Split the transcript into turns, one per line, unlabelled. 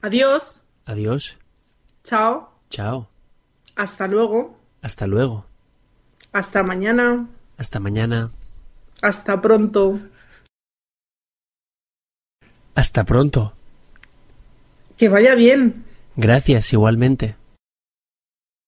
Adiós.
Adiós.
Chao.
Chao.
Hasta luego.
Hasta luego.
Hasta mañana.
Hasta mañana.
Hasta pronto.
Hasta pronto.
Que vaya bien.
Gracias igualmente.